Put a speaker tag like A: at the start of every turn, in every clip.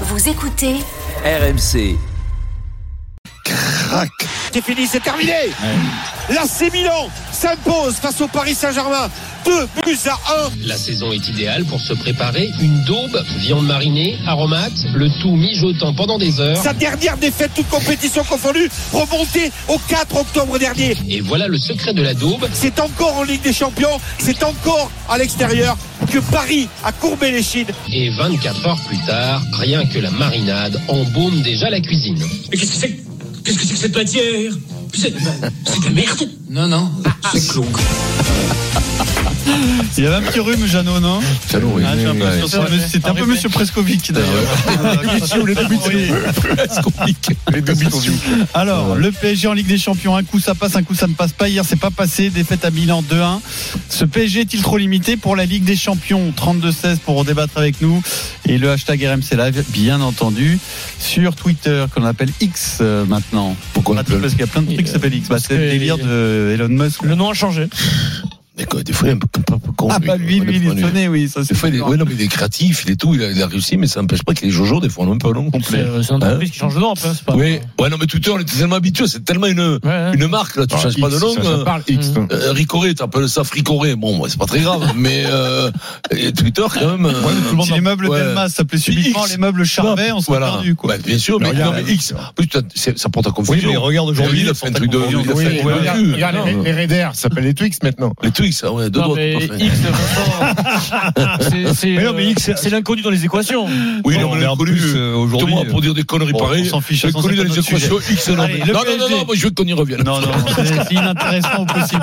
A: Vous écoutez
B: RMC.
C: Crac
D: C'est fini, c'est terminé L'AC Milan s'impose face au Paris Saint-Germain. 2 buts à 1.
E: La saison est idéale pour se préparer. Une daube, viande marinée, aromate, le tout mijotant pendant des heures.
D: Sa dernière défaite, toute compétition confondue, remontée au 4 octobre dernier.
E: Et voilà le secret de la daube.
D: C'est encore en Ligue des Champions, c'est encore à l'extérieur que Paris a courbé les chines.
E: Et 24 heures plus tard, rien que la marinade embaume déjà la cuisine.
F: Mais qu'est-ce que c'est Qu'est-ce que c'est que cette matière C'est c'est de la merde
G: Non, non, c'est clou.
H: Il avait un petit rhume, Jeanot, non
C: Jano, oui.
H: Ah, j'ai
C: Oui,
H: l'impression que c'est un monsieur- C'était un peu Monsieur Prescovic, d'ailleurs.
C: Les deux bits sont-
H: Alors, le PSG en Ligue des Champions, un coup ça passe, un coup ça ne passe pas. Hier, c'est pas passé. Défaite à Milan 2-1. Ce PSG est-il trop limité pour la Ligue des Champions 32-16 pour en débattre avec nous. Et le hashtag RMC Live, bien entendu, sur Twitter, qu'on appelle X euh, maintenant.
C: Pourquoi on
H: Pas tout,
C: appelle-
H: Parce qu'il y a plein de trucs qui s'appellent X. Bah, c'est le délire de Elon Musk.
I: Le nom a changé.
C: Mais quoi, des fois, il est un peu un peu con.
H: Ah, bah lui, lui, il est sonné, oui. Ça,
C: Des
H: c'est
C: fois, il est,
H: sûr.
C: ouais, non, mais il est créatif, il est tout, il a, il a réussi, mais ça n'empêche pas qu'il est Jojo, des fois, on est un peu long.
I: C'est euh, c'est une entreprise qui change de nom un peu. c'est Pas...
C: Hein Oui, ouais, non, mais Twitter, on est tellement habitué, c'est tellement une,
I: Ouais, ouais.
C: une marque, là, tu changes pas de nom. euh, euh, Ricoré, t'appelles ça Fricoré, bon, ouais, c'est pas très grave, mais euh, et Twitter, quand même. euh,
H: Si les meubles
C: ouais.
H: Delmas s'appelaient subitement
C: X.
H: les meubles Charvet, on s'est
C: Voilà.
H: perdu, quoi.
C: Bah, bien sûr, mais, non, mais X, en plus, t'as- c'est- ça porte à confusion.
H: regarde
C: aujourd'hui, il a fait un truc de. il a fait un truc de cul. Non,
J: Raiders, ça s'appelle les Twix maintenant.
C: Les Twix, ah ouais, deux
I: Non,
C: doigts.
I: mais
C: tout à fait.
I: X, Vincent, c'est- c'est
J: Mais non, mais
I: euh,
J: X, c'est-
I: c'est l'inconnu dans les équations.
C: Oui,
J: Non,
C: non, mais
J: mais en
C: l'inconnu,
J: plus, euh, aujourd'hui,
C: Thomas, pour dire des conneries
H: bon,
C: pareilles.
H: on s'en fiche, ça,
C: L'inconnu
H: c'est
C: dans les
H: notre
C: équations X, non.
H: Allez, le
C: Non, non, non,
H: PSG.
C: non, moi, je veux que qu'on y revienne.
H: Non, non, c'est c'est inintéressant au possible.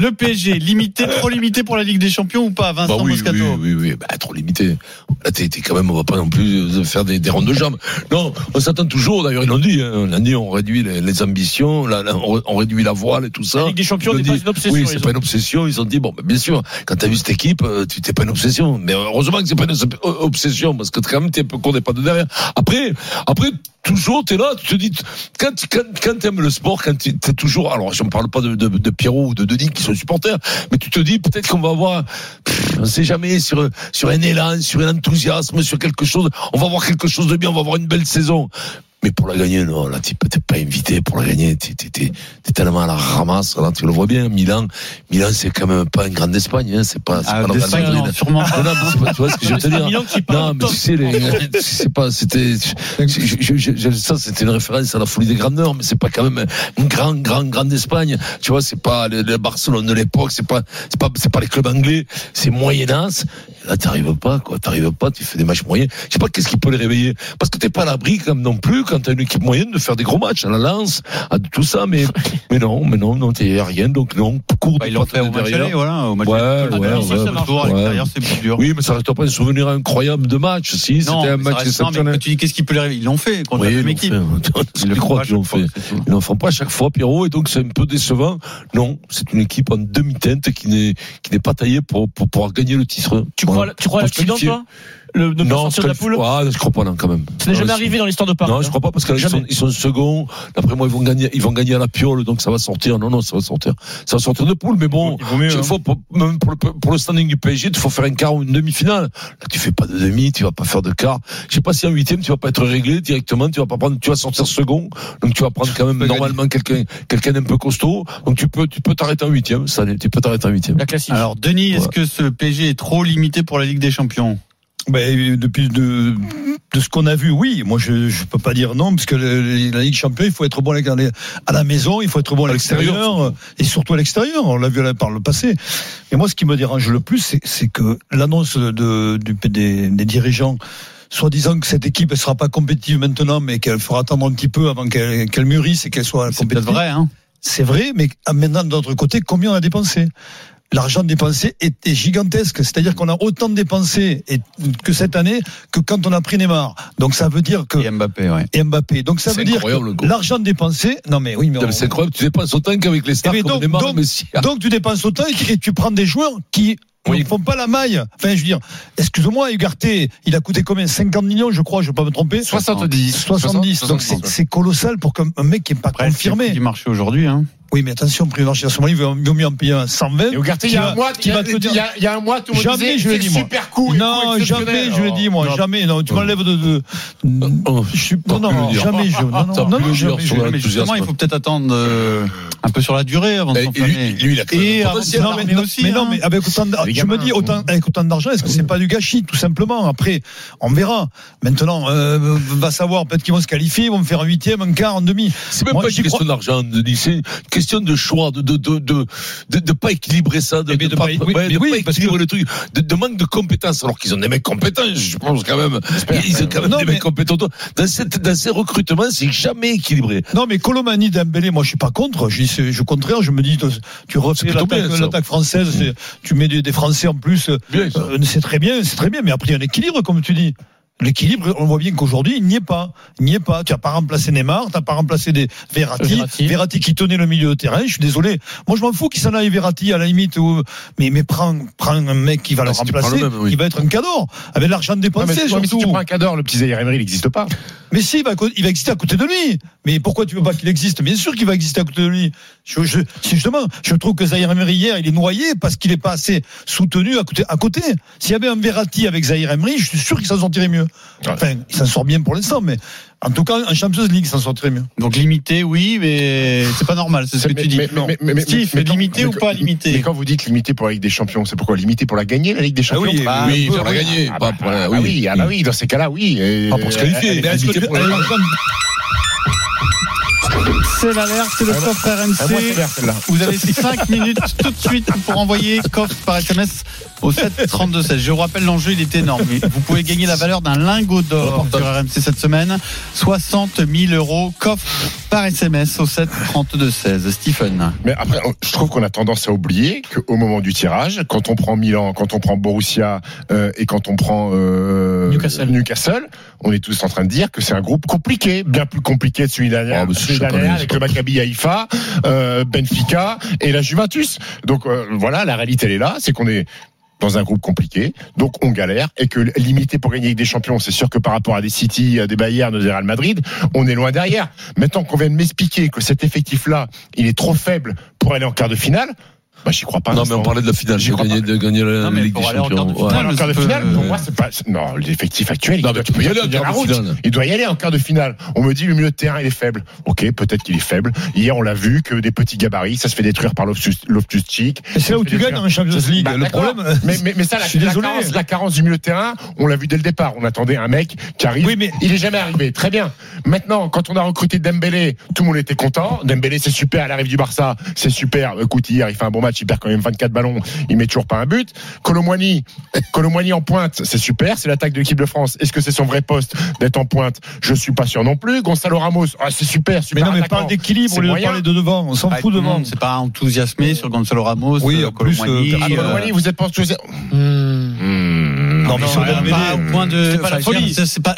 H: Le PSG, limité, trop limité pour la Ligue des Champions ou pas,
C: Bah
H: Vincent
C: oui,
H: Moscato
C: oui, oui, oui, bah, trop limité. Là, t'es, t'es quand même, on va pas non plus faire des, des rondes de jambes. Non, on s'attend toujours, d'ailleurs, ils l'ont dit, hein. lundi, on réduit les, les ambitions, là, là, on, on réduit la voile et tout ça.
I: La Ligue des Champions
C: Ils
I: n'est
C: l'ont
I: pas
C: dit,
I: une obsession.
C: Oui,
I: ils
C: c'est
I: ont
C: pas une obsession. Ils ont dit, bon, bah, bien sûr, quand t'as vu cette équipe, euh, tu t'es pas une obsession. Mais heureusement que c'est pas une obs- euh, obsession, parce que quand même, t'es un peu con des pas de derrière. Après, après, toujours, t'es là, tu te dis, quand, quand, quand t'aimes le sport, quand t'es t'es toujours, alors, je ne parle pas de, de, de Pierrot ou de Denis qui sont supporters, mais tu te dis, peut-être qu'on va avoir, pff, on sait jamais, sur, sur un élan, sur un enthousiasme, sur quelque chose, on va avoir quelque chose de bien, on va avoir une belle saison. Mais pour la gagner, non, là, t'es pas- t'es pas invité pour la gagner. T'es t'es- t'es- t'es tellement à la ramasse, là, tu le vois bien. Milan, Milan, c'est quand même pas une grande Espagne, hein, c'est pas, c'est
H: Ah,
C: pas la Real
H: d'Espagne,
C: Madrid.
H: non, sûrement pas.
C: Non, non, mais c'est pas- tu vois ce que je veux te
I: C'est
C: dire.
I: Milan qui
C: Non,
I: parle.
C: mais tu sais, les, tu sais pas, c'était, je- je- je- je- ça, c'était une référence à la folie des grandeurs, mais c'est pas quand même une grande, grande, grande Espagne. Tu vois, c'est pas le, le Barcelone de l'époque, c'est pas, c'est pas, c'est pas les clubs anglais, c'est moyennasse. Là, t'arrives pas, quoi, t'arrives pas, tu fais des matchs moyens. Je sais pas qu'est-ce qui peut les réveiller. Parce que t'es pas à l'abri, comme non plus, quand t'as une équipe moyenne, de faire des gros matchs, à la lance, à tout ça, mais, mais non, mais non, non, t'es à rien, donc non, cours
H: Bah,
C: de
H: ils l'ont
C: patte
H: fait au
C: de
H: match
C: derrière.
H: aller, voilà, au match
C: Ouais,
H: aller.
C: ouais,
H: Ah,
C: ouais,
H: ça, ça
C: ouais.
H: marche pas, à l'extérieur, c'est plus dur.
C: Oui, mais ça reste pas un souvenir incroyable de match. Si,
H: Non,
C: c'était
H: mais ça
C: un match
H: reste- non, mais
C: exceptionnel.
H: quand tu dis qu'est-ce qui peut les arriver, ils l'ont fait contre
C: Oui,
H: la même
C: ils
H: équipe.
C: l'ont fait.
H: Ils
C: Tu
H: le font
C: crois
H: à
C: qu'ils l'ont
H: chaque fois,
C: fait.
H: c'est tout.
C: Ils n'en font pas à chaque fois, Pierrot, et donc c'est un peu décevant. Non, c'est une équipe en demi-teinte qui n'est qui n'est pas taillée pour, pour pouvoir gagner le titre.
I: Tu crois,
C: Voilà.
I: tu crois à
C: Pour se
I: l'accident,
C: qualifier.
I: toi Le, De ne pas
C: Non,
I: sortir de la
C: je-
I: poule
C: ah, je crois pas non quand même.
I: Ça n'est
C: Non,
I: jamais
C: ils
I: arrivé
C: sont-
I: dans l'histoire de Paris.
C: Non, je crois pas parce que là, ils
I: Jamais.
C: sont, ils sont seconds. D'après moi, ils vont gagner, ils vont gagner à la piole, donc ça va sortir. Non, non, ça va sortir. Ça va sortir de poule, mais bon.
J: Il vaut mieux.
C: Il
J: hein.
C: faut, pour, même pour le, pour le standing du PSG, il faut faire un quart ou une demi-finale. Là, tu fais pas de demi, tu vas pas faire de quart. Je sais pas si en huitième, tu vas pas être réglé directement, tu vas pas prendre, tu vas sortir second. Donc, tu vas prendre quand même
H: Pas
C: normalement quelqu'un, quelqu'un d'un peu costaud. Donc, tu peux, tu peux t'arrêter en huitième. Ça, allait, tu peux t'arrêter en huitième.
I: La classique.
H: Alors, Denis, est-ce
C: Ouais.
H: que ce PSG est trop limité pour la Ligue des Champions
J: Ben, depuis de, de ce qu'on a vu, oui. Moi, je ne peux pas dire non, parce que le- la Ligue des Champions, il faut être bon à la- à la maison, il faut être bon à
C: À l'extérieur,
J: l'extérieur, euh, et surtout à l'extérieur. On l'a vu là par le passé. Et moi, ce qui me dérange le plus, c'est- c'est que l'annonce de, du- des, des dirigeants, soi-disant que cette équipe ne sera pas compétitive maintenant, mais qu'elle fera attendre un petit peu avant qu'elle qu'elle mûrisse et qu'elle soit
H: C'est peut-être
J: compétitive.
H: vrai, hein
J: C'est vrai, mais maintenant, de notre côté, combien on a dépensé L'argent dépensé était gigantesque. C'est-à-dire qu'on a autant dépensé et- que cette année que quand on a pris Neymar. Donc ça veut dire que.
H: Et Mbappé, ouais.
J: Et Mbappé. Donc ça
C: C'est
J: veut dire
C: incroyable, le
J: que
C: goût.
J: l'argent dépensé. Non mais oui, mais.
C: Putain,
J: on-
C: mais C'est incroyable, tu dépenses autant qu'avec les stars
J: Eh ben
C: comme
J: donc,
C: Neymar,
J: donc-
C: Messi.
J: Donc tu dépenses autant et tu, et tu prends des joueurs qui.
C: Oui.
J: ne font pas la maille. Enfin, je veux dire, excuse-moi, Ugarte, il a coûté combien 50 millions, je crois, je ne vais pas me tromper. 70. 70. Donc c'est- c'est colossal pour qu'un un mec qui n'est pas
H: Après,
J: confirmé.
H: du marché aujourd'hui, hein.
J: Oui, mais attention, Primarchi, à ce moment-là, il vaut mieux- mieux en payer un 120.
A: Et au quartier, il
J: qui
A: y a
J: va-
A: un mois,
J: qui
A: il y a-
J: va te
A: il
J: dire-
A: y a- il y a un mois, tout le monde
J: Jamais
A: disait,
J: je le
A: c'est
J: dis, moi.
A: super coup. et coup
J: Non,
A: exceptionnel.
J: jamais, je le dis, moi,
A: Non.
J: jamais. Non, tu
C: Non.
J: m'enlèves de. de-
C: Oh,
J: je suis
C: non,
J: non,
C: plus le
J: non,
C: dire.
J: jamais. Je, non, non,
C: Ça,
J: non,
C: plus
J: non,
C: le dire
J: jamais,
C: sur
J: je-
C: la-
H: Mais justement, il faut peut-être attendre euh, un peu sur la durée avant de
C: Et
H: s'enflammer.
C: lui, lui, il a quand même
H: Et
C: un
H: avant de
C: potentiel. hein.
H: non, mais, aussi.
J: mais non,
H: hein.
J: mais avec autant, de-
A: Les
J: je me
A: gamins,
J: dis autant, avec autant d'argent,
C: Ah
J: est-ce que c'est pas du gâchis, tout simplement Après, on verra. Maintenant, euh, va savoir, peut-être qu'ils vont se qualifier, ils vont faire un huitième, un quart, un demi.
C: C'est même
J: Moi,
C: pas
J: j'y
C: une question
J: crois-
C: d'argent, Denis. C'est une question de choix, de de de de de, de pas équilibrer ça, de
J: Eh bien,
C: de
J: de
C: pas,
J: pas- oui,
C: ouais, de
J: mais oui,
C: pas
J: parce
C: équilibrer le truc, de, de manque de compétences. Alors qu'ils ont des mecs compétents, je pense quand même. Ils ont quand même
J: Non,
C: des
J: mais-
C: mecs compétents. Dans cette dans ces recrutements, c'est jamais équilibré.
J: Non, mais Colomani, Dembélé, moi, je suis pas contre. Je dis, c'est- je- au contraire, je me dis, tu- tu refais
C: plutôt
J: l'attaque
C: bien, ça.
J: l'attaque française, c'est- tu mets des, des Français en plus. euh,
C: Bien, ça.
J: euh, c'est très bien, c'est très bien. Mais après, il y a un équilibre, comme tu dis. L'équilibre, on voit bien qu'aujourd'hui, il n'y est pas. Il n'y est pas. Tu n'as pas remplacé Neymar, tu n'as pas remplacé des Verratti.
I: Verratti.
J: Verratti. qui tenait le milieu de terrain, je suis désolé. Moi, je m'en fous qu'il s'en aille Verratti, à la limite. ou- Mais, mais prends, prends un mec qui va
C: Ah,
J: le
C: si tu prends
J: remplacer,
C: le même, oui.
J: qui va être un cadeau. Avec l'argent
A: Non, mais,
J: dépensé,
A: non, mais si
J: surtout.
A: tu prends un cador, le petit Zaire Emery, il n'existe pas.
J: Mais si, il va, co- il va exister à côté de lui. Mais pourquoi tu veux pas qu'il existe Bien sûr qu'il va exister à côté de lui. Je, je, c'est justement, je trouve que Zahir Emery hier, il est noyé parce qu'il n'est pas assez soutenu à côté. À côté. S'il y avait un Verratti avec Zahir Emery, je suis sûr qu'il s'en sortirait mieux. Enfin, il s'en sort bien pour l'instant, mais en tout cas, en Champions League, il s'en sortirait mieux.
H: Donc limité, oui, mais c'est pas normal, c'est ce que
A: Mais-
H: tu dis.
A: mais-
H: Non.
A: mais- mais- mais-
H: Steve,
A: mais- mais-
H: limité
A: mais-
H: ou pas
A: Mais
H: limité
A: quand vous dites limité pour la Ligue des Champions, c'est pourquoi limité pour la gagner, la Ligue des Champions
C: Bah, oui, pour la gagner,
A: Ah
C: pas
A: bah,
C: pour la-
A: ah bah oui, ah bah oui, dans ces cas-là, oui. Et-
C: Pas pour se qualifier.
A: Elle est
C: Euh, Mais est-ce que
A: limitée
C: tu-
A: pour la-
C: elle est-
H: C'est l'alerte, c'est le
A: Ah, moi-
H: coffre
A: Ah, moi, c'est
H: RMC.
A: vert, celle-là.
H: Vous avez 5 minutes tout de suite pour envoyer coffre par SMS au 732-16. Je vous rappelle, l'enjeu, il est énorme. Vous pouvez gagner la valeur d'un lingot d'or sur RMC cette semaine. 60 000 euros coffre par SMS au 732-16. Stephen.
A: Mais après, on- je trouve qu'on a tendance à oublier qu'au moment du tirage, quand on prend Milan, quand on prend Borussia euh, et quand on prend euh,
I: Newcastle.
A: Newcastle, on est tous en train de dire que c'est un groupe compliqué, bien plus compliqué que celui dernier,
C: Ah, mais
A: celui
C: je sais pas,
A: dernier
C: mais
A: avec
C: c'est
A: le Maccabi Haïfa, euh, Benfica et la Juventus. Donc euh, voilà, la réalité elle est là, c'est qu'on est dans un groupe compliqué, donc on galère et que limité pour gagner avec des champions, c'est sûr que par rapport à des City, à des Bayern, à des Real Madrid, on est loin derrière. Maintenant qu'on vient de m'expliquer que cet effectif-là, il est trop faible pour aller en quart de finale, bah j'y crois pas. un
C: Non, mais
A: instant.
C: on parlait de la finale.
A: J'y
C: De
A: crois
C: gagner,
A: pas.
C: de gagner la
H: Non,
C: la
H: mais
C: Euh, Ligue
H: pour
C: des
H: aller en
C: Champions.
H: quart de
C: Ouais.
H: finale,
A: Ouais, mais en quart de
H: ça
A: finale, euh,
H: peut-
A: pour moi, c'est pas. Non, l'effectif actuel.
C: Non,
A: il
C: mais
A: doit-
C: tu peux y aller en
A: il doit
C: quart de
A: la route.
C: finale.
A: Il doit y aller en quart de finale. On me dit le milieu de terrain, il est faible. Ok, peut-être qu'il est faible. Hier, on l'a vu que des petits gabarits, ça se fait détruire par l'Oftus- l'Oftus Cheek.
J: Et c'est là où
A: Ça
J: tu
A: fait
J: gagnes
A: des-
J: en Champions League.
A: Bah,
J: le
A: d'accord.
J: problème.
A: Mais, mais, mais ça, la,
J: Je suis
A: la
J: désolé.
A: carence, la carence du milieu de terrain, on l'a vu dès le départ. On attendait un mec qui arrive.
J: Oui, mais-
A: Il est jamais arrivé. Très bien. Maintenant, quand on a recruté Dembélé, tout le monde était content. Dembélé, c'est super. Elle arrive du Barça. C'est super. Écoute, hier, il fait un bon match. Il perd quand même 24 ballons. Il met toujours pas un but. Colomwani, Colomwani en pointe, c'est super. C'est l'attaque de l'équipe de France. Est-ce que c'est son vrai poste d'être en pointe? Je suis pas sûr non plus. Gonzalo Ramos, ah, c'est super,
J: Mais
A: super.
J: non, mais
A: attaquant.
J: parle d'équilibre
A: C'est
J: au lieu de
A: moyen.
J: parler de devant. On s'en
H: Bah,
J: fout devant.
H: C'est pas enthousiasmé sur Gonzalo Ramos.
J: Oui,
H: euh,
J: en plus,
H: Colomboigny,
J: euh,
A: Ah, Colomwani,
H: euh,
A: vous êtes pas enthousi- Hmm.
J: Non, mais sur
H: pas
J: Dembélé,
H: au point de.
I: pas la
H: enfin, je veux
I: folie.
H: dire, ça, C'est pas.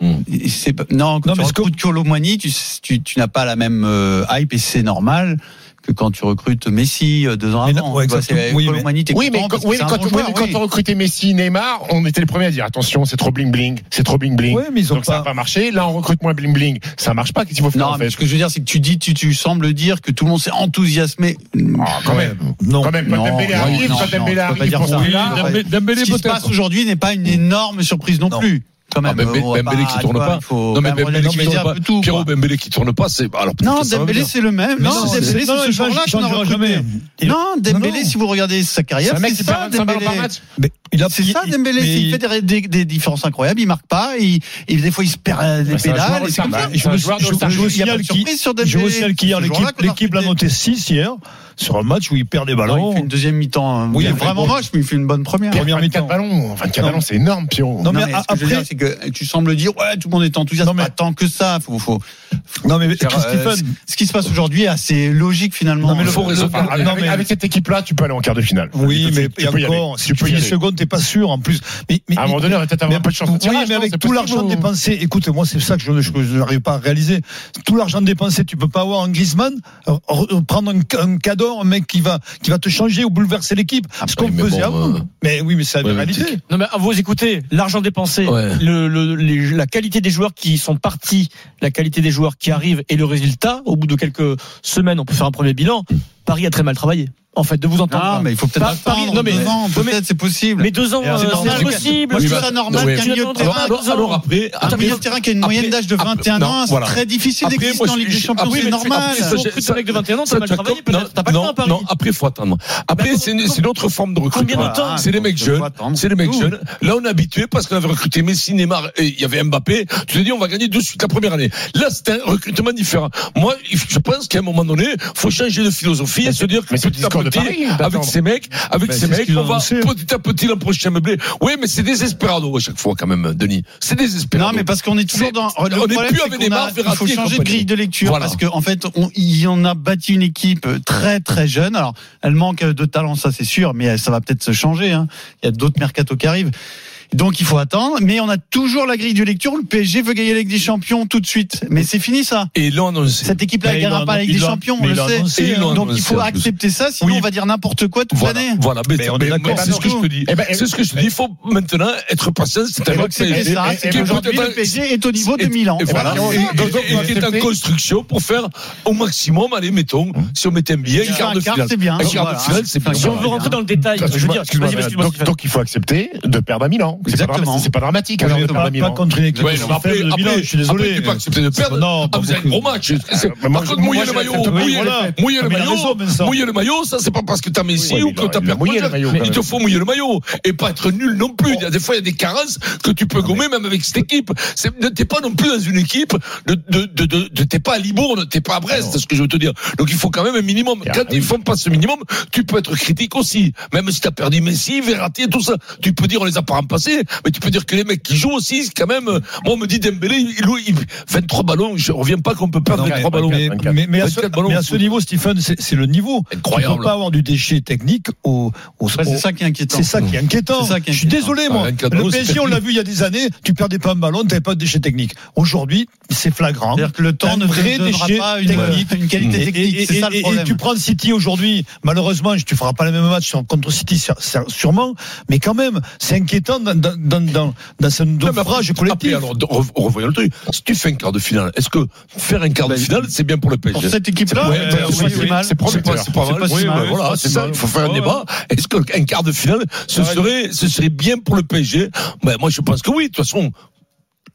C: Hmm.
H: C'est pas- Non, quand
J: Non,
H: tu
J: mais ce que-
H: recrutes Colomboigny, tu, tu, tu n'as pas la même euh, hype et c'est normal que quand tu recrutes Messi euh, deux ans
J: Mais non,
H: avant.
J: ouais,
H: Tu vois,
J: exactement.
H: c'est-
J: Oui, mais-
H: Colomboigny, t'es
A: Oui, mais
H: content
A: quand,
H: parce que
A: oui,
H: c'est un
A: quand-
H: bon
A: oui,
H: joueur,
A: mais quand
H: oui.
A: on recrutait Messi, Neymar, on était les premiers à dire attention, c'est trop bling bling, c'est trop bling bling.
J: Ouais, mais ils ont
A: Donc ça n'a
J: pas-
A: pas marché. Là, on recrute moins bling bling, ça marche pas. Qu'est-ce qu'il faut faire
H: Non,
A: en
H: mais
A: fait
H: ce que je veux dire, c'est que tu dis, tu, tu sembles dire que tout le monde s'est enthousiasmé.
A: Ah, quand même.
J: Non.
A: Quand même,
H: Non,
A: quand Dembélé
H: non,
A: arrive,
H: non,
A: quand
H: non,
A: Dembélé
H: on peut pas
A: arrive,
H: dire
A: pour
H: ça.
A: celui-là,
H: Oui,
A: arrive-
H: Dembélé,
J: Dembélé
H: Ce qui se passe aujourd'hui n'est pas une énorme surprise non,
J: Non.
H: plus. Quand même, euh,
C: Ah, Dembélé-
H: On va
C: Dembélé qui
H: tu
C: tourne
H: vois,
C: pas.
H: il faut
C: Non, mais
H: quand même
C: Dembélé qui
H: relativiser
C: tourne
H: un
C: pas.
H: peu tout,
C: Pierrot
H: quoi.
C: Dembélé qui tourne pas, c'est. Alors, peut-être
H: Non,
C: que ça va
H: Dembélé
C: venir.
H: c'est le même.
J: Mais
H: Non,
J: c'est-
H: Dembélé
J: non,
H: c'est ce
J: il
H: joueur-là
J: change-
H: qu'on a
J: changera
H: recruté.
J: jamais.
H: Non, Dembélé,
J: non.
H: si vous regardez sa carrière,
A: C'est un mec
H: c'est
A: qui perd
H: ça
A: 25
H: Dembélé.
A: balles par match.
J: Mais il a
H: C'est ça
J: il-
H: Dembélé,
J: mais-
H: il fait des, des- des différences incroyables, il marque pas, il, il- des fois il se perd euh, des
A: Bah, c'est un
H: pédales,
A: joueur
H: et c'est comme
A: All-Star.
H: ça.
A: Bah,
J: Je
A: C'est un
J: vous-
A: joueur de
J: je-
A: All-Star.
J: je vous
H: Il y a pas
J: signale
H: de
J: qui-
H: surprise sur
J: je vous
H: Dembélé.
J: signale qu'hier,
H: Ce joueur-là
J: l'équipe
H: qu'on a
J: l'équipe l'a
H: recruté.
J: noté 6 hier, sur un match où il perd des
H: Non, il fait
J: ballons.
H: une deuxième mi-temps euh,
J: Oui,
H: qui est
J: mais
H: vraiment
J: bon.
H: moche, mais il fait une bonne première.
J: Première
A: 24
J: mi-temps.
A: ballons, 24
J: Non.
A: ballons, c'est énorme, Pierrot.
J: Non, mais
H: Non, mais
J: a-
H: ce que je veux
J: après-
H: dire, c'est que tu sembles dire ouais tout le monde est enthousiaste
J: Non, mais-
H: pas tant que ça faut faut,
J: Non, mais
H: faire, euh,
J: Stephen,
H: ce qui se passe aujourd'hui est assez logique finalement
J: Non, mais le-
C: Faut raisonner.
A: Enfin, avec,
J: non, mais-
A: avec cette équipe-là, tu peux aller en quart de finale.
J: oui,
A: Tu-
J: mais
A: tu
J: et
A: peux y
J: encore,
A: aller.
J: si
A: Tu
J: tu
A: peux y
J: finis
A: aller.
J: seconde, t'es pas sûr en plus. Mais, mais,
A: À un moment donné, on va peut-être avoir un peu de chance de
J: oui,
A: tirage.
J: mais
A: non,
J: avec
A: c'est
J: tout
A: possible,
J: l'argent
A: ou-
J: dépensé, écoute, moi c'est ça que je, je- je n'arrive pas à réaliser. Tout l'argent dépensé, tu peux pas avoir un Griezmann, euh, re- prendre un, ca- un cador, un mec qui va qui va te changer ou bouleverser l'équipe. Ce qu'on
C: oui, mais
J: faisait
C: bon,
J: avant.
C: euh,
J: Mais oui, mais c'est la
C: ouais, mais
J: réalité.
I: Non mais vous écoutez, l'argent dépensé,
C: Ouais.
I: le, le- les- la qualité des joueurs qui sont partis, la qualité des joueurs qui arrive et le résultat, au bout de quelques semaines, on peut faire un premier bilan. Paris a très mal travaillé. En fait, de vous entendre.
H: Ah, mais il faut peut-être
I: Par- Paris-
H: attendre.
I: non, mais-
H: deux ans,
I: mais-
H: peut-être, c'est possible.
I: Mais deux ans,
H: Alors,
I: euh,
H: c'est normal
I: c'est
H: que-
I: impossible.
H: Moi, je
C: Oui,
H: trouve
C: bah,
H: ça normal
C: oui.
H: qu'un milieu de terrain.
I: Alors,
H: deux ans.
C: alors après,
H: Un milieu de terrain qui a une moyenne
C: après-
H: d'âge de
C: après-
H: 21
C: non,
H: ans, c'est
C: voilà.
H: très difficile
C: Après,
H: d'exister
C: moi,
H: en
C: je
H: Ligue des
C: suis-
H: Champions,
C: après,
H: c'est
C: mais-
H: normal.
C: après, ça, j'ai-
I: Plus de
C: ça-
I: mecs de 21 ans,
C: ça,
I: t'as mal
C: tu as
I: travaillé,
C: com-
I: peut-être.
C: non,
I: T'as pas le
C: non,
I: temps à Paris.
C: Non, après, faut attendre. Après,
I: attends,
C: c'est une,
I: Bah, attends.
C: c'est une autre forme de recrutement.
I: Combien de temps
C: C'est les mecs
H: Faut
C: jeunes.
H: attendre.
C: C'est les mecs
H: Ouh.
C: jeunes. Là, on est habitué parce qu'on avait recruté Messi, Neymar et il y avait Mbappé. Tu t'es dit, on va gagner de suite la première année. Là, c'est un recrutement différent. Moi, je pense qu'à un moment donné, faut changer de philosophie et se dire que
A: mais c'est le
C: petit à
A: discours de
C: petit,
A: Paris,
C: avec
A: d'attendre.
C: ces mecs, avec
J: Mais
C: ces
J: c'est ce
C: mecs,
J: qu'ils
C: on
J: ont
C: va
J: annoncé.
C: petit à petit l'an prochain meubler. Oui, mais c'est désespérado à chaque fois quand même, Denis. C'est désespérado.
H: Non, mais parce qu'on est toujours
C: C'est-
H: dans.
C: on
H: Le
C: est
H: problème,
C: plus
H: c'est
C: avec
H: qu'on
C: Neymar,
H: a- il
C: Verratti
H: faut
C: et
H: changer de
C: compagnie.
H: grille de lecture
C: Voilà.
H: parce qu'en fait, on, il y en a bâti une équipe très très jeune. Alors, elle manque de talent, ça c'est sûr, mais ça va peut-être se changer. hein. Il y a d'autres mercato qui arrivent. Donc il faut attendre, mais on a toujours la grille de lecture. Le PSG veut gagner la Ligue des Champions tout de suite, mais c'est fini ça.
C: Et là, on
H: Cette équipe-là ne
J: Mais il
H: gagnera
J: l'a-
H: pas la Ligue
J: il
H: des
J: l'a-
H: Champions, on
J: mais
H: le
J: il l'a
H: sait.
J: annoncé,
C: Et il l'a
H: Donc il
C: annoncé,
H: faut
C: en plus.
H: accepter ça, sinon
C: Oui.
H: on va dire n'importe quoi toute
C: Voilà,
H: l'année.
C: voilà. Mais,
J: Mais on est
C: mais-
J: d'accord.
C: mais c'est ce que je te dis.
A: Eh ben, eh-
C: C'est ce que je te dis. Il faut maintenant être patient. C'est un
H: Il faut
C: mec
H: accepter
C: PSG
H: ça.
A: et-
H: c'est
A: et-
C: qui est
H: qu'aujourd'hui,
C: peut-être-
H: le PSG est au niveau de Milan.
C: Et, voilà.
A: ben,
C: Et-
A: on-
C: et-
A: donc,
C: et-
A: on
C: et qui est en
A: accepter.
C: construction pour faire au maximum, allez, mettons, si on mettait un billet,
H: Si on fait
C: quart
H: un
C: de
H: quart,
C: finale.
H: c'est bien.
C: Un quart
H: Voilà.
C: de finale, c'est bien.
H: Si
I: Si on veut rentrer dans le détail, je veux
A: Excuse-moi,
I: dire,
A: excuse-moi,
I: vas-y, vas-y,
A: donc,
I: vas-y.
A: donc il faut accepter de perdre à Milan. C'est pas
H: Exactement.
A: dramatique, C'est pas dramatique alors,
J: Mais
A: de perdre à
J: pas, pas
A: Milan.
J: contre une équipe
C: Ouais, non, mais après,
J: faible de
C: après,
J: Milan, je suis désolé.
C: après, tu peux accepter de perdre.
J: Non,
C: Ah,
J: pas
C: vous avez un
J: beaucoup.
C: gros match. C'est-
A: Ah, bah,
C: Par
A: moi, je-
C: contre,
A: moi,
C: mouiller le
A: j'accepte
C: maillot,
A: pas.
C: mouiller
J: Voilà.
C: le- mouiller le
J: Mais il a raison,
C: maillot,
J: Vincent.
C: mouiller le maillot, ça, c'est pas parce que t'as Messi
A: Oui,
C: ou
A: mais
C: que
A: il a-
C: t'as
A: il a mouillé
C: perdu.
A: le maillot, quand
C: Il te
A: même.
C: faut mouiller le maillot et pas être nul non plus. Il y a des fois, il y a des carences que tu
A: Ah,
C: peux gommer même avec cette équipe. C'est- ne- T'es pas non plus dans une équipe de, de, de, de- de- t'es pas à Libourne, t'es pas à Brest, c'est ce que je veux te dire. Donc il faut quand même un minimum.
A: Ah,
C: Quand
A: oui.
C: ils font pas ce minimum, tu peux être critique aussi. Même si t'as perdu Messi, Verratti et tout ça. Tu peux dire on les a pas remplacés, mais tu peux dire que les mecs qui jouent aussi, c'est quand même, euh, moi on me dit Dembélé, il, il, il- 23 ballons, je reviens pas qu'on peut perdre
J: Non, mais,
C: 23 ballons.
J: mais-
A: Vingt-quatre.
J: mais- mais à ce,
C: Vingt-quatre ballons.
J: mais à ce niveau, Stephen, c'est c'est le niveau.
C: Incroyable.
J: On ne peut pas avoir du déchet technique au. au-
H: Ouais,
J: au-
H: c'est ça qui est inquiétant.
J: c'est ça qui est inquiétant.
H: C'est ça qui est
J: Je suis
H: inquiétant.
J: désolé,
C: Ah,
J: moi.
C: vingt-quatre
J: Le
C: ballons, c'est
J: PSG, on l'a vu il y a des années, tu perdais pas un ballon, t'avais pas de déchet technique. Aujourd'hui, c'est flagrant.
H: C'est-à-dire que le temps
J: Un
H: ne
J: vrai
H: te donnera
J: déchet
H: pas une,
J: technique.
H: une
J: Et-
H: qualité
J: et-
H: technique.
J: et-
H: C'est ça
J: et-
H: le
J: et
H: problème.
J: tu prends City aujourd'hui, malheureusement, tu feras pas le même match sur- contre City sur- sur- sûrement, mais quand même, c'est inquiétant dans, dans, dans, dans, dans ce
C: Non, mais après,
J: naufrage
C: Après,
J: collectif.
C: alors, de- re- revoyons le truc. Si tu fais un quart de finale, est-ce que faire un quart de finale, c'est bien pour le PSG
H: Pour cette équipe-là,
C: Ouais,
H: euh,
C: bah,
H: c'est
C: oui,
H: pas si
C: oui,
H: mal.
A: C'est
C: C'est pas,
A: prometteur.
C: c'est pas mal.
H: pas si
C: Oui,
H: mal,
C: bah,
H: ouais,
C: voilà, c'est ça. Il faut faire un débat. Est-ce qu'un quart de finale, ce serait, ce serait bien pour le PSG Ben, moi, je pense que oui. De toute façon.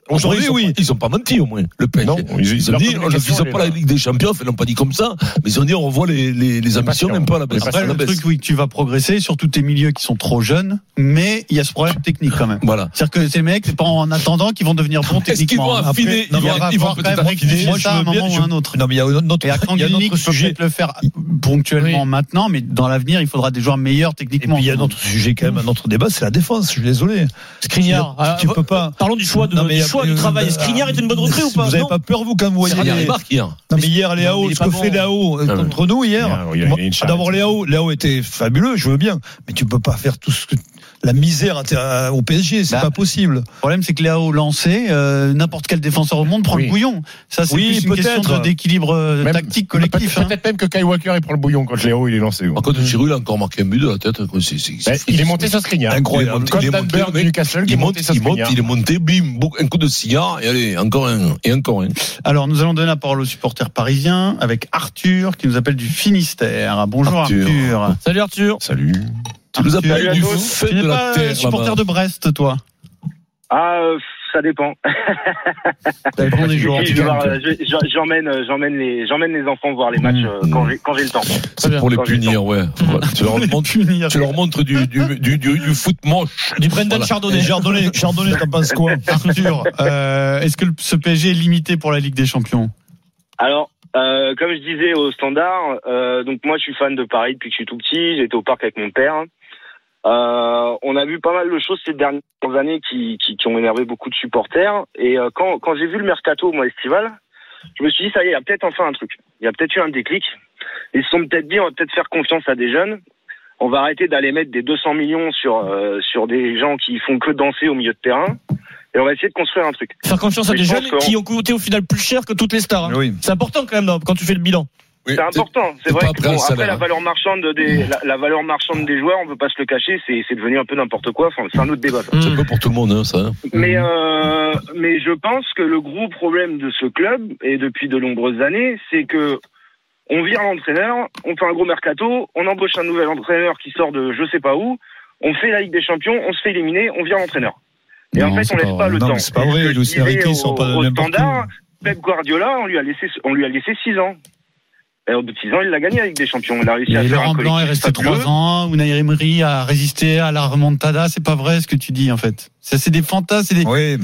C: Aujourd'hui, oui. Ils ont pas menti, au moins, le PSG.
A: Non, ils-
C: ils,
A: ils-
C: ont
A: leur
C: dit, on ne
A: communication,
C: vise
A: elle est
C: pas la
A: là.
C: Ligue des Champions, ils l'ont pas dit comme ça, mais ils ont dit, on revoit les, les, les ambitions
A: patient.
C: un peu à la baisse.
A: On est
C: à
H: Après,
C: la
H: le
C: baisse.
H: truc, oui, que tu vas progresser, surtout tes milieux qui sont trop jeunes, mais il y a ce problème technique quand même.
C: Voilà.
H: C'est-à-dire que ces mecs, c'est pas en attendant qu'ils vont devenir bons
C: Est-ce qu'ils
H: techniquement.
C: vont
H: Après,
C: affiner
H: non,
C: Ils
H: mais
C: vont-
H: il va
C: ils vont
H: falloir
C: peut-être
H: quand même
C: affiner.
H: rectifier
J: Moi, je
H: ça à un
J: veux bien-
H: moment
J: je-
H: ou un autre.
J: Non, mais il y a un autre, il y
H: Et à
J: a un
H: Kangnick,
J: autre
H: il faut
J: sujet.
H: peut-être le faire ponctuellement maintenant, mais dans l'avenir, il faudra des joueurs meilleurs
J: Et
H: techniquement.
J: puis il y a un autre sujet quand même, un autre débat, c'est la défense. Je suis désolé.
I: Skriniar. ah,
J: tu peux pas.
I: Parlons du choix de-
J: Non, mais
I: du
J: il y a-
I: choix du
J: euh,
I: travail.
J: euh,
I: Skriniar est une bonne recrue ou pas
J: Vous n'avez
I: Non.
J: pas peur vous quand vous voyez
C: Il y a
J: les-
C: les marques hier.
J: Non mais hier
I: Non,
J: Léo,
I: mais il
J: ce
I: est
J: que
I: pas
J: fait
I: bon.
J: Léo euh,
A: Non, mais-
J: contre nous hier.
A: Il y a- il y a
J: moi,
A: une charge.
J: D'abord Léo, Léo était fabuleux, je veux bien, mais tu peux pas faire tout ce que la misère à- à- au PSG, c'est
H: Bah,
J: pas possible.
H: Le problème, c'est que Léo lancé, euh, n'importe quel défenseur au monde prend le
A: Oui.
H: bouillon. Ça, c'est
J: Oui,
H: plus une question
J: peut-être.
H: de- d'équilibre euh,
A: Même-
H: tactique collectif.
A: peut-
H: hein.
A: Peut-être même que Kyle Walker il prend le bouillon quand Léo il est lancé.
C: Par contre, Giroud, il a encore marqué un but de la tête. hein, quoi. C'est- c'est-
A: Mm. Ben,
C: c'est-
A: Il est monté sur Skriniar.
C: Incroyable.
A: Comme
C: Il est
A: Dan
C: monté,
A: Burn
C: le
A: de
C: mec.
A: Newcastle qui est
C: Il monte,
A: monté sur hein.
C: il monte,
A: Skriniar.
C: il est monté, bim, bouc, un coup de cigare, et allez, encore un, et encore un.
H: Alors, nous allons donner la parole aux supporters parisiens avec Arthur qui nous appelle du Finistère. Bonjour Arthur.
C: Arthur.
I: Salut Arthur.
A: Salut.
C: Tu nous appelles du
H: Tu
C: fait
H: n'es
C: de la
H: pas euh,
C: terre.
H: supporter
C: là-bas.
H: de Brest, toi
B: Ah, euh, ça dépend.
H: T'as bon des joueurs.
B: Je vais voir, euh, je- je- J'emmène, euh, j'emmène les, j'emmène les enfants voir les matchs euh, quand j'ai, quand j'ai le temps.
C: C'est pour les
B: Quand j'ai le
C: punir, ouais. Ouais. Tu leur montres-
H: punir.
C: tu leur montres du, du, du, du, du foot moche.
I: Du Brendan
C: Voilà.
I: Chardonnay.
J: Chardonnay, Chardonnay, t'en penses quoi
H: Arthur, euh, est-ce que le- ce PSG est limité pour la Ligue des Champions
B: Alors, euh, comme je disais au standard, euh, donc moi je suis fan de Paris depuis que je suis tout petit. J'ai été au parc avec mon père. Euh, on a vu pas mal de choses ces dernières années qui, qui, qui ont énervé beaucoup de supporters. Et euh, quand, quand j'ai vu le mercato, moi, estival, je me suis dit, ça y est, il y a peut-être enfin un truc. Il y a peut-être eu un déclic. Ils se sont peut-être dit, on va peut-être faire confiance à des jeunes. On va arrêter d'aller mettre des 200 millions sur, euh, sur des gens qui font que danser au milieu de terrain. Et on va essayer de construire un truc.
I: Faire confiance à
B: Mais
I: des
B: je
I: jeunes
B: pense qu'on-
I: qui ont coûté au final plus cher que toutes les stars. hein.
J: Oui.
I: C'est important quand même dans- quand tu fais le bilan.
C: Oui,
B: C'est important.
C: t'es
B: C'est vrai
C: pas
B: que
C: prêt à
B: bon,
C: le
B: après
C: salaire,
B: la
C: hein.
B: valeur marchande des, la, la valeur marchande des joueurs, on peut pas se le cacher, c'est c'est devenu un peu n'importe quoi. Enfin, c'est un autre débat. ça.
A: Mhm.
C: C'est un peu pour tout le monde, hein, ça. hein.
B: Mais euh, euh, mais je pense que le gros problème de ce club, et depuis de nombreuses années, c'est que on vire l'entraîneur, on fait un gros mercato, on embauche un nouvel entraîneur qui sort de je sais pas où, on fait la Ligue des Champions, on se fait éliminer, on vire l'entraîneur. Et
J: Non,
B: en fait,
J: c'est
B: on laisse
H: Oh,
J: pas-
B: pas le
J: non,
B: temps.
J: mais c'est pas
B: Et ce
J: vrai,
B: que je
J: Luis Enrique,
B: disais
J: ils sont
B: au-
J: pas
B: au
J: n'importe où.
B: standard, Pep Guardiola, on lui a laissé, on lui a laissé 6 ans. Et au bout de 6 ans, il l'a gagné la Ligue des Champions. Il a réussi à
H: Et
B: faire
H: Laurent
B: un
H: Blanc est
B: collectif
H: resté
B: fabuleux.
H: trois ans. Unai Emery a résisté à la remontada. C'est pas vrai ce que tu dis en fait. Ça c'est des fantasmes, c'est des,
J: Oui,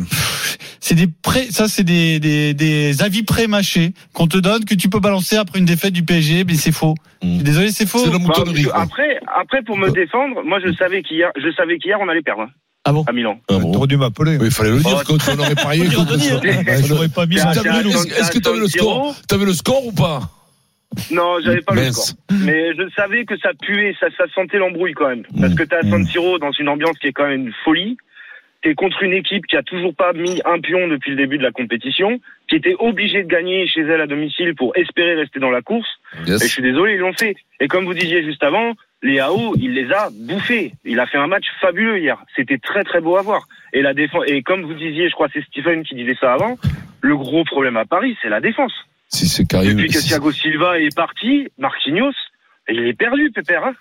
H: c'est des pré, ça c'est des, des, des avis pré-mâchés qu'on te donne que tu peux balancer après une défaite du PSG, mais c'est faux.
C: Mm.
H: Je suis Désolé, c'est faux.
C: C'est
B: Bah,
C: la moutonnerie. quoi.
B: après, après, pour me défendre, moi, je savais qu'hier, je savais qu'hier, on allait perdre. hein,
I: Ah bon
B: À Milan.
C: Ah
J: tu
C: bon.
J: aurais dû m'appeler.
C: Oui, il fallait le dire,
B: Oh,
C: quand on aurait parié.
I: dire à Denis, hein.
J: Je n'aurais pas mis
B: C'est un-
J: ça.
C: T'as
B: c'est
C: vu
B: un
C: le-
B: San-
C: Est-ce que t'avais le
B: San Siro.
C: score T'avais le score ou pas
B: Non, j'avais pas le
C: Mince.
B: score. Mais je savais que ça puait, ça, ça sentait l'embrouille quand même. Parce que t'as à San Siro dans une ambiance qui est quand même une folie. T'es contre une équipe qui a toujours pas mis un pion depuis le début de la compétition, qui était obligée de gagner chez elle à domicile pour espérer rester dans la course. Et je
C: Yes.
B: suis désolé, ils l'ont fait. Et comme vous disiez juste avant, les AO, il les a bouffés. Il a fait un match fabuleux hier. C'était très très beau à voir. Et la défense. Et comme vous disiez, je crois que c'est Stephen qui disait ça avant. Le gros problème à Paris, c'est la défense.
C: Si Bah, c'est Karim.
B: Depuis que
C: si-
B: Thiago Silva est parti, Marquinhos, il est perdu, Pépère. hein.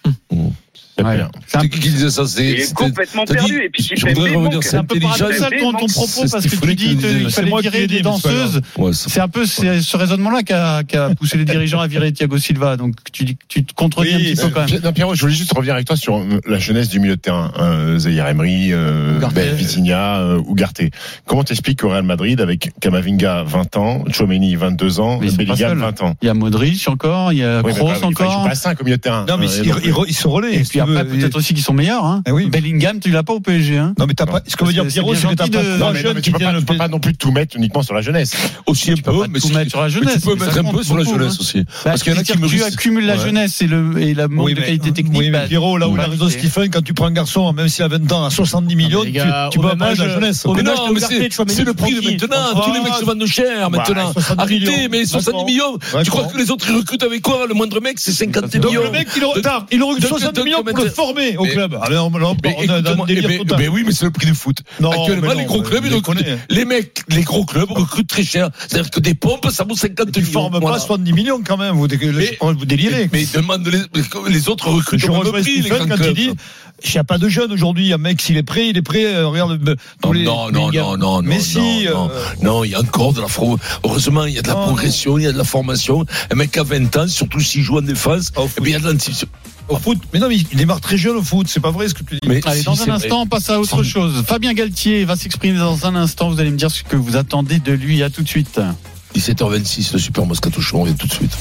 H: Ouais. C'est un-
C: C'est qui qui disait ça C'est-
B: Il est
C: c'était-
B: complètement
C: t'as dit-
B: perdu. Et puis,
C: je voudrais revenir,
H: C'est un peu
C: intelligent.
H: paradoxal ton, ton propos
C: C'est ce
H: parce
C: qu'il
H: que tu
C: fallait
H: dis
C: qu'il dise.
H: qu'il
C: C'est
H: fallait
C: moi qui
H: virer
C: l'ai
H: des
C: dit, mais c'est pas
H: danseuses.
C: Ouais, ça-
H: C'est un peu c'est ce raisonnement-là qui a, qui a poussé les dirigeants à virer Thiago Silva. Donc tu, dis- tu te contredis un petit peu quand même.
A: Pierre- non, Pierrot, je voulais juste revenir avec toi sur euh, la jeunesse du milieu de terrain. Euh, Zahir Emery, euh,
H: Ugarte.
A: Ben, Vitinha, euh, Ugarte. Comment t'expliques au Real Madrid avec Kamavinga 20 ans, Chouameni 22 ans,
H: Mais ils sont pas
A: Bellingham
H: seuls.
A: 20 ans
H: Il y a Modric encore, il y a
A: Oui, mais
H: Kroos
A: pas- il faut- Il joue
H: encore.
A: pas 5 au milieu de terrain.
J: Non, mais
A: Euh,
J: ils,
A: donc,
J: ils- ils re- ils se relaient.
H: Et
J: si tu
H: puis après
J: veux.
H: peut-être aussi qu'ils sont meilleurs. Hein.
J: Eh oui.
H: Bellingham, tu l'as pas au PSG. Hein.
J: Non, mais t'as pas. Ce que veut dire
H: Parce que
J: Pierrot,
H: c'est
J: c'est que t'as
H: gentil de-
J: pas
A: non,
J: trois
A: mais, non, mais
J: jeunes
A: tu
J: qui
A: peux, pas,
J: viennent
A: tu peux pas non plus tout mettre uniquement sur la jeunesse.
C: aussi un peu,
H: pas
C: mais
H: tout
C: si-
H: mettre sur la
C: mais
H: jeunesse,
C: Tu peux
H: mais ça
C: mettre un
H: compte
C: peu sur la
H: beaucoup,
C: jeunesse
H: hein.
C: aussi.
H: Bah,
C: Parce qu'il y en a qui
H: c'est-à-dire que tu
C: mûrissent.
H: accumules la
C: Ouais.
H: jeunesse et, le, et la manque
J: Oui,
H: de
J: mais-
H: qualité technique.
J: Oui,
H: bah,
J: mais Pierrot, là où
H: bah,
J: il a raison
H: c'est-
J: Stephen, quand tu prends un garçon, même s'il a 20 ans, à 70 millions,
I: les gars,
J: tu, tu
I: au
J: peux
I: même
J: pas de la
I: âge,
J: jeunesse.
I: au
J: Mais
I: même
J: non,
I: âge,
J: mais
I: Ugarte,
J: c'est-
I: Tchouaméni,
C: C'est le prix de
I: tranquille.
C: maintenant. Tous les mecs se vendent cher maintenant.
J: 70
C: Arrêtez,
J: millions,
C: mais 70
J: franchement.
C: millions. Tu crois que les autres ils recrutent avec quoi Le moindre mec, c'est 50
J: Donc
C: millions.
J: le mec, il aurait, tard, il aurait eu
C: Donc,
J: 60
C: donc,
J: millions pour
C: donc,
J: le former au
C: mais-
J: club. Alors, on, on,
C: Mais
J: on est dans
C: écoute-moi,
J: un
C: eh
J: délire
C: ben-
J: total.
C: ben oui, mais c'est le prix du foot.
J: Non,
C: Actuellement,
J: mais non,
C: les gros
J: mais
C: clubs, ils recrutent.
J: déconnez.
C: Les mecs, les gros clubs recrutent très cher. C'est-à-dire que des pompes, ça vaut 50
J: Tu ne
C: millions.
J: formes
C: Voilà.
J: pas 70 millions quand même. Vous, dé-
C: Mais-
J: vous délirez.
C: Mais demande les, les autres recrutent
J: je
C: au même
J: rejoins
C: prix, les
J: Stephen
C: grands
J: quand il
C: clubs.
J: dit il n'y a pas de jeunes aujourd'hui. Un mec, s'il est prêt, il est prêt. euh, regarde, euh, tous
C: Non,
J: les-
C: non, non,
J: les gars.
C: non, non,
J: Mais
C: non,
J: si,
C: non,
J: euh,
C: non, il y a encore de la fro- Heureusement, il y a de la
J: Non,
C: progression, il y a de la formation. Un mec à 20 ans, surtout s'il joue en défense,
H: Oh,
J: Au
C: eh
J: foot.
C: bien, il y a de l'anticipation.
J: Au foot. Mais non, mais il démarre très jeune au foot. C'est pas vrai ce que tu dis.
C: Mais
H: Allez,
C: si,
H: dans
C: c'est
H: un
C: vrai.
H: instant, on passe à autre chose. Fabien Galtier va s'exprimer dans un instant. Vous allez me dire ce que vous attendez de lui. À tout de suite.
C: 17h26, le Super Moscato Show, on vient tout de suite.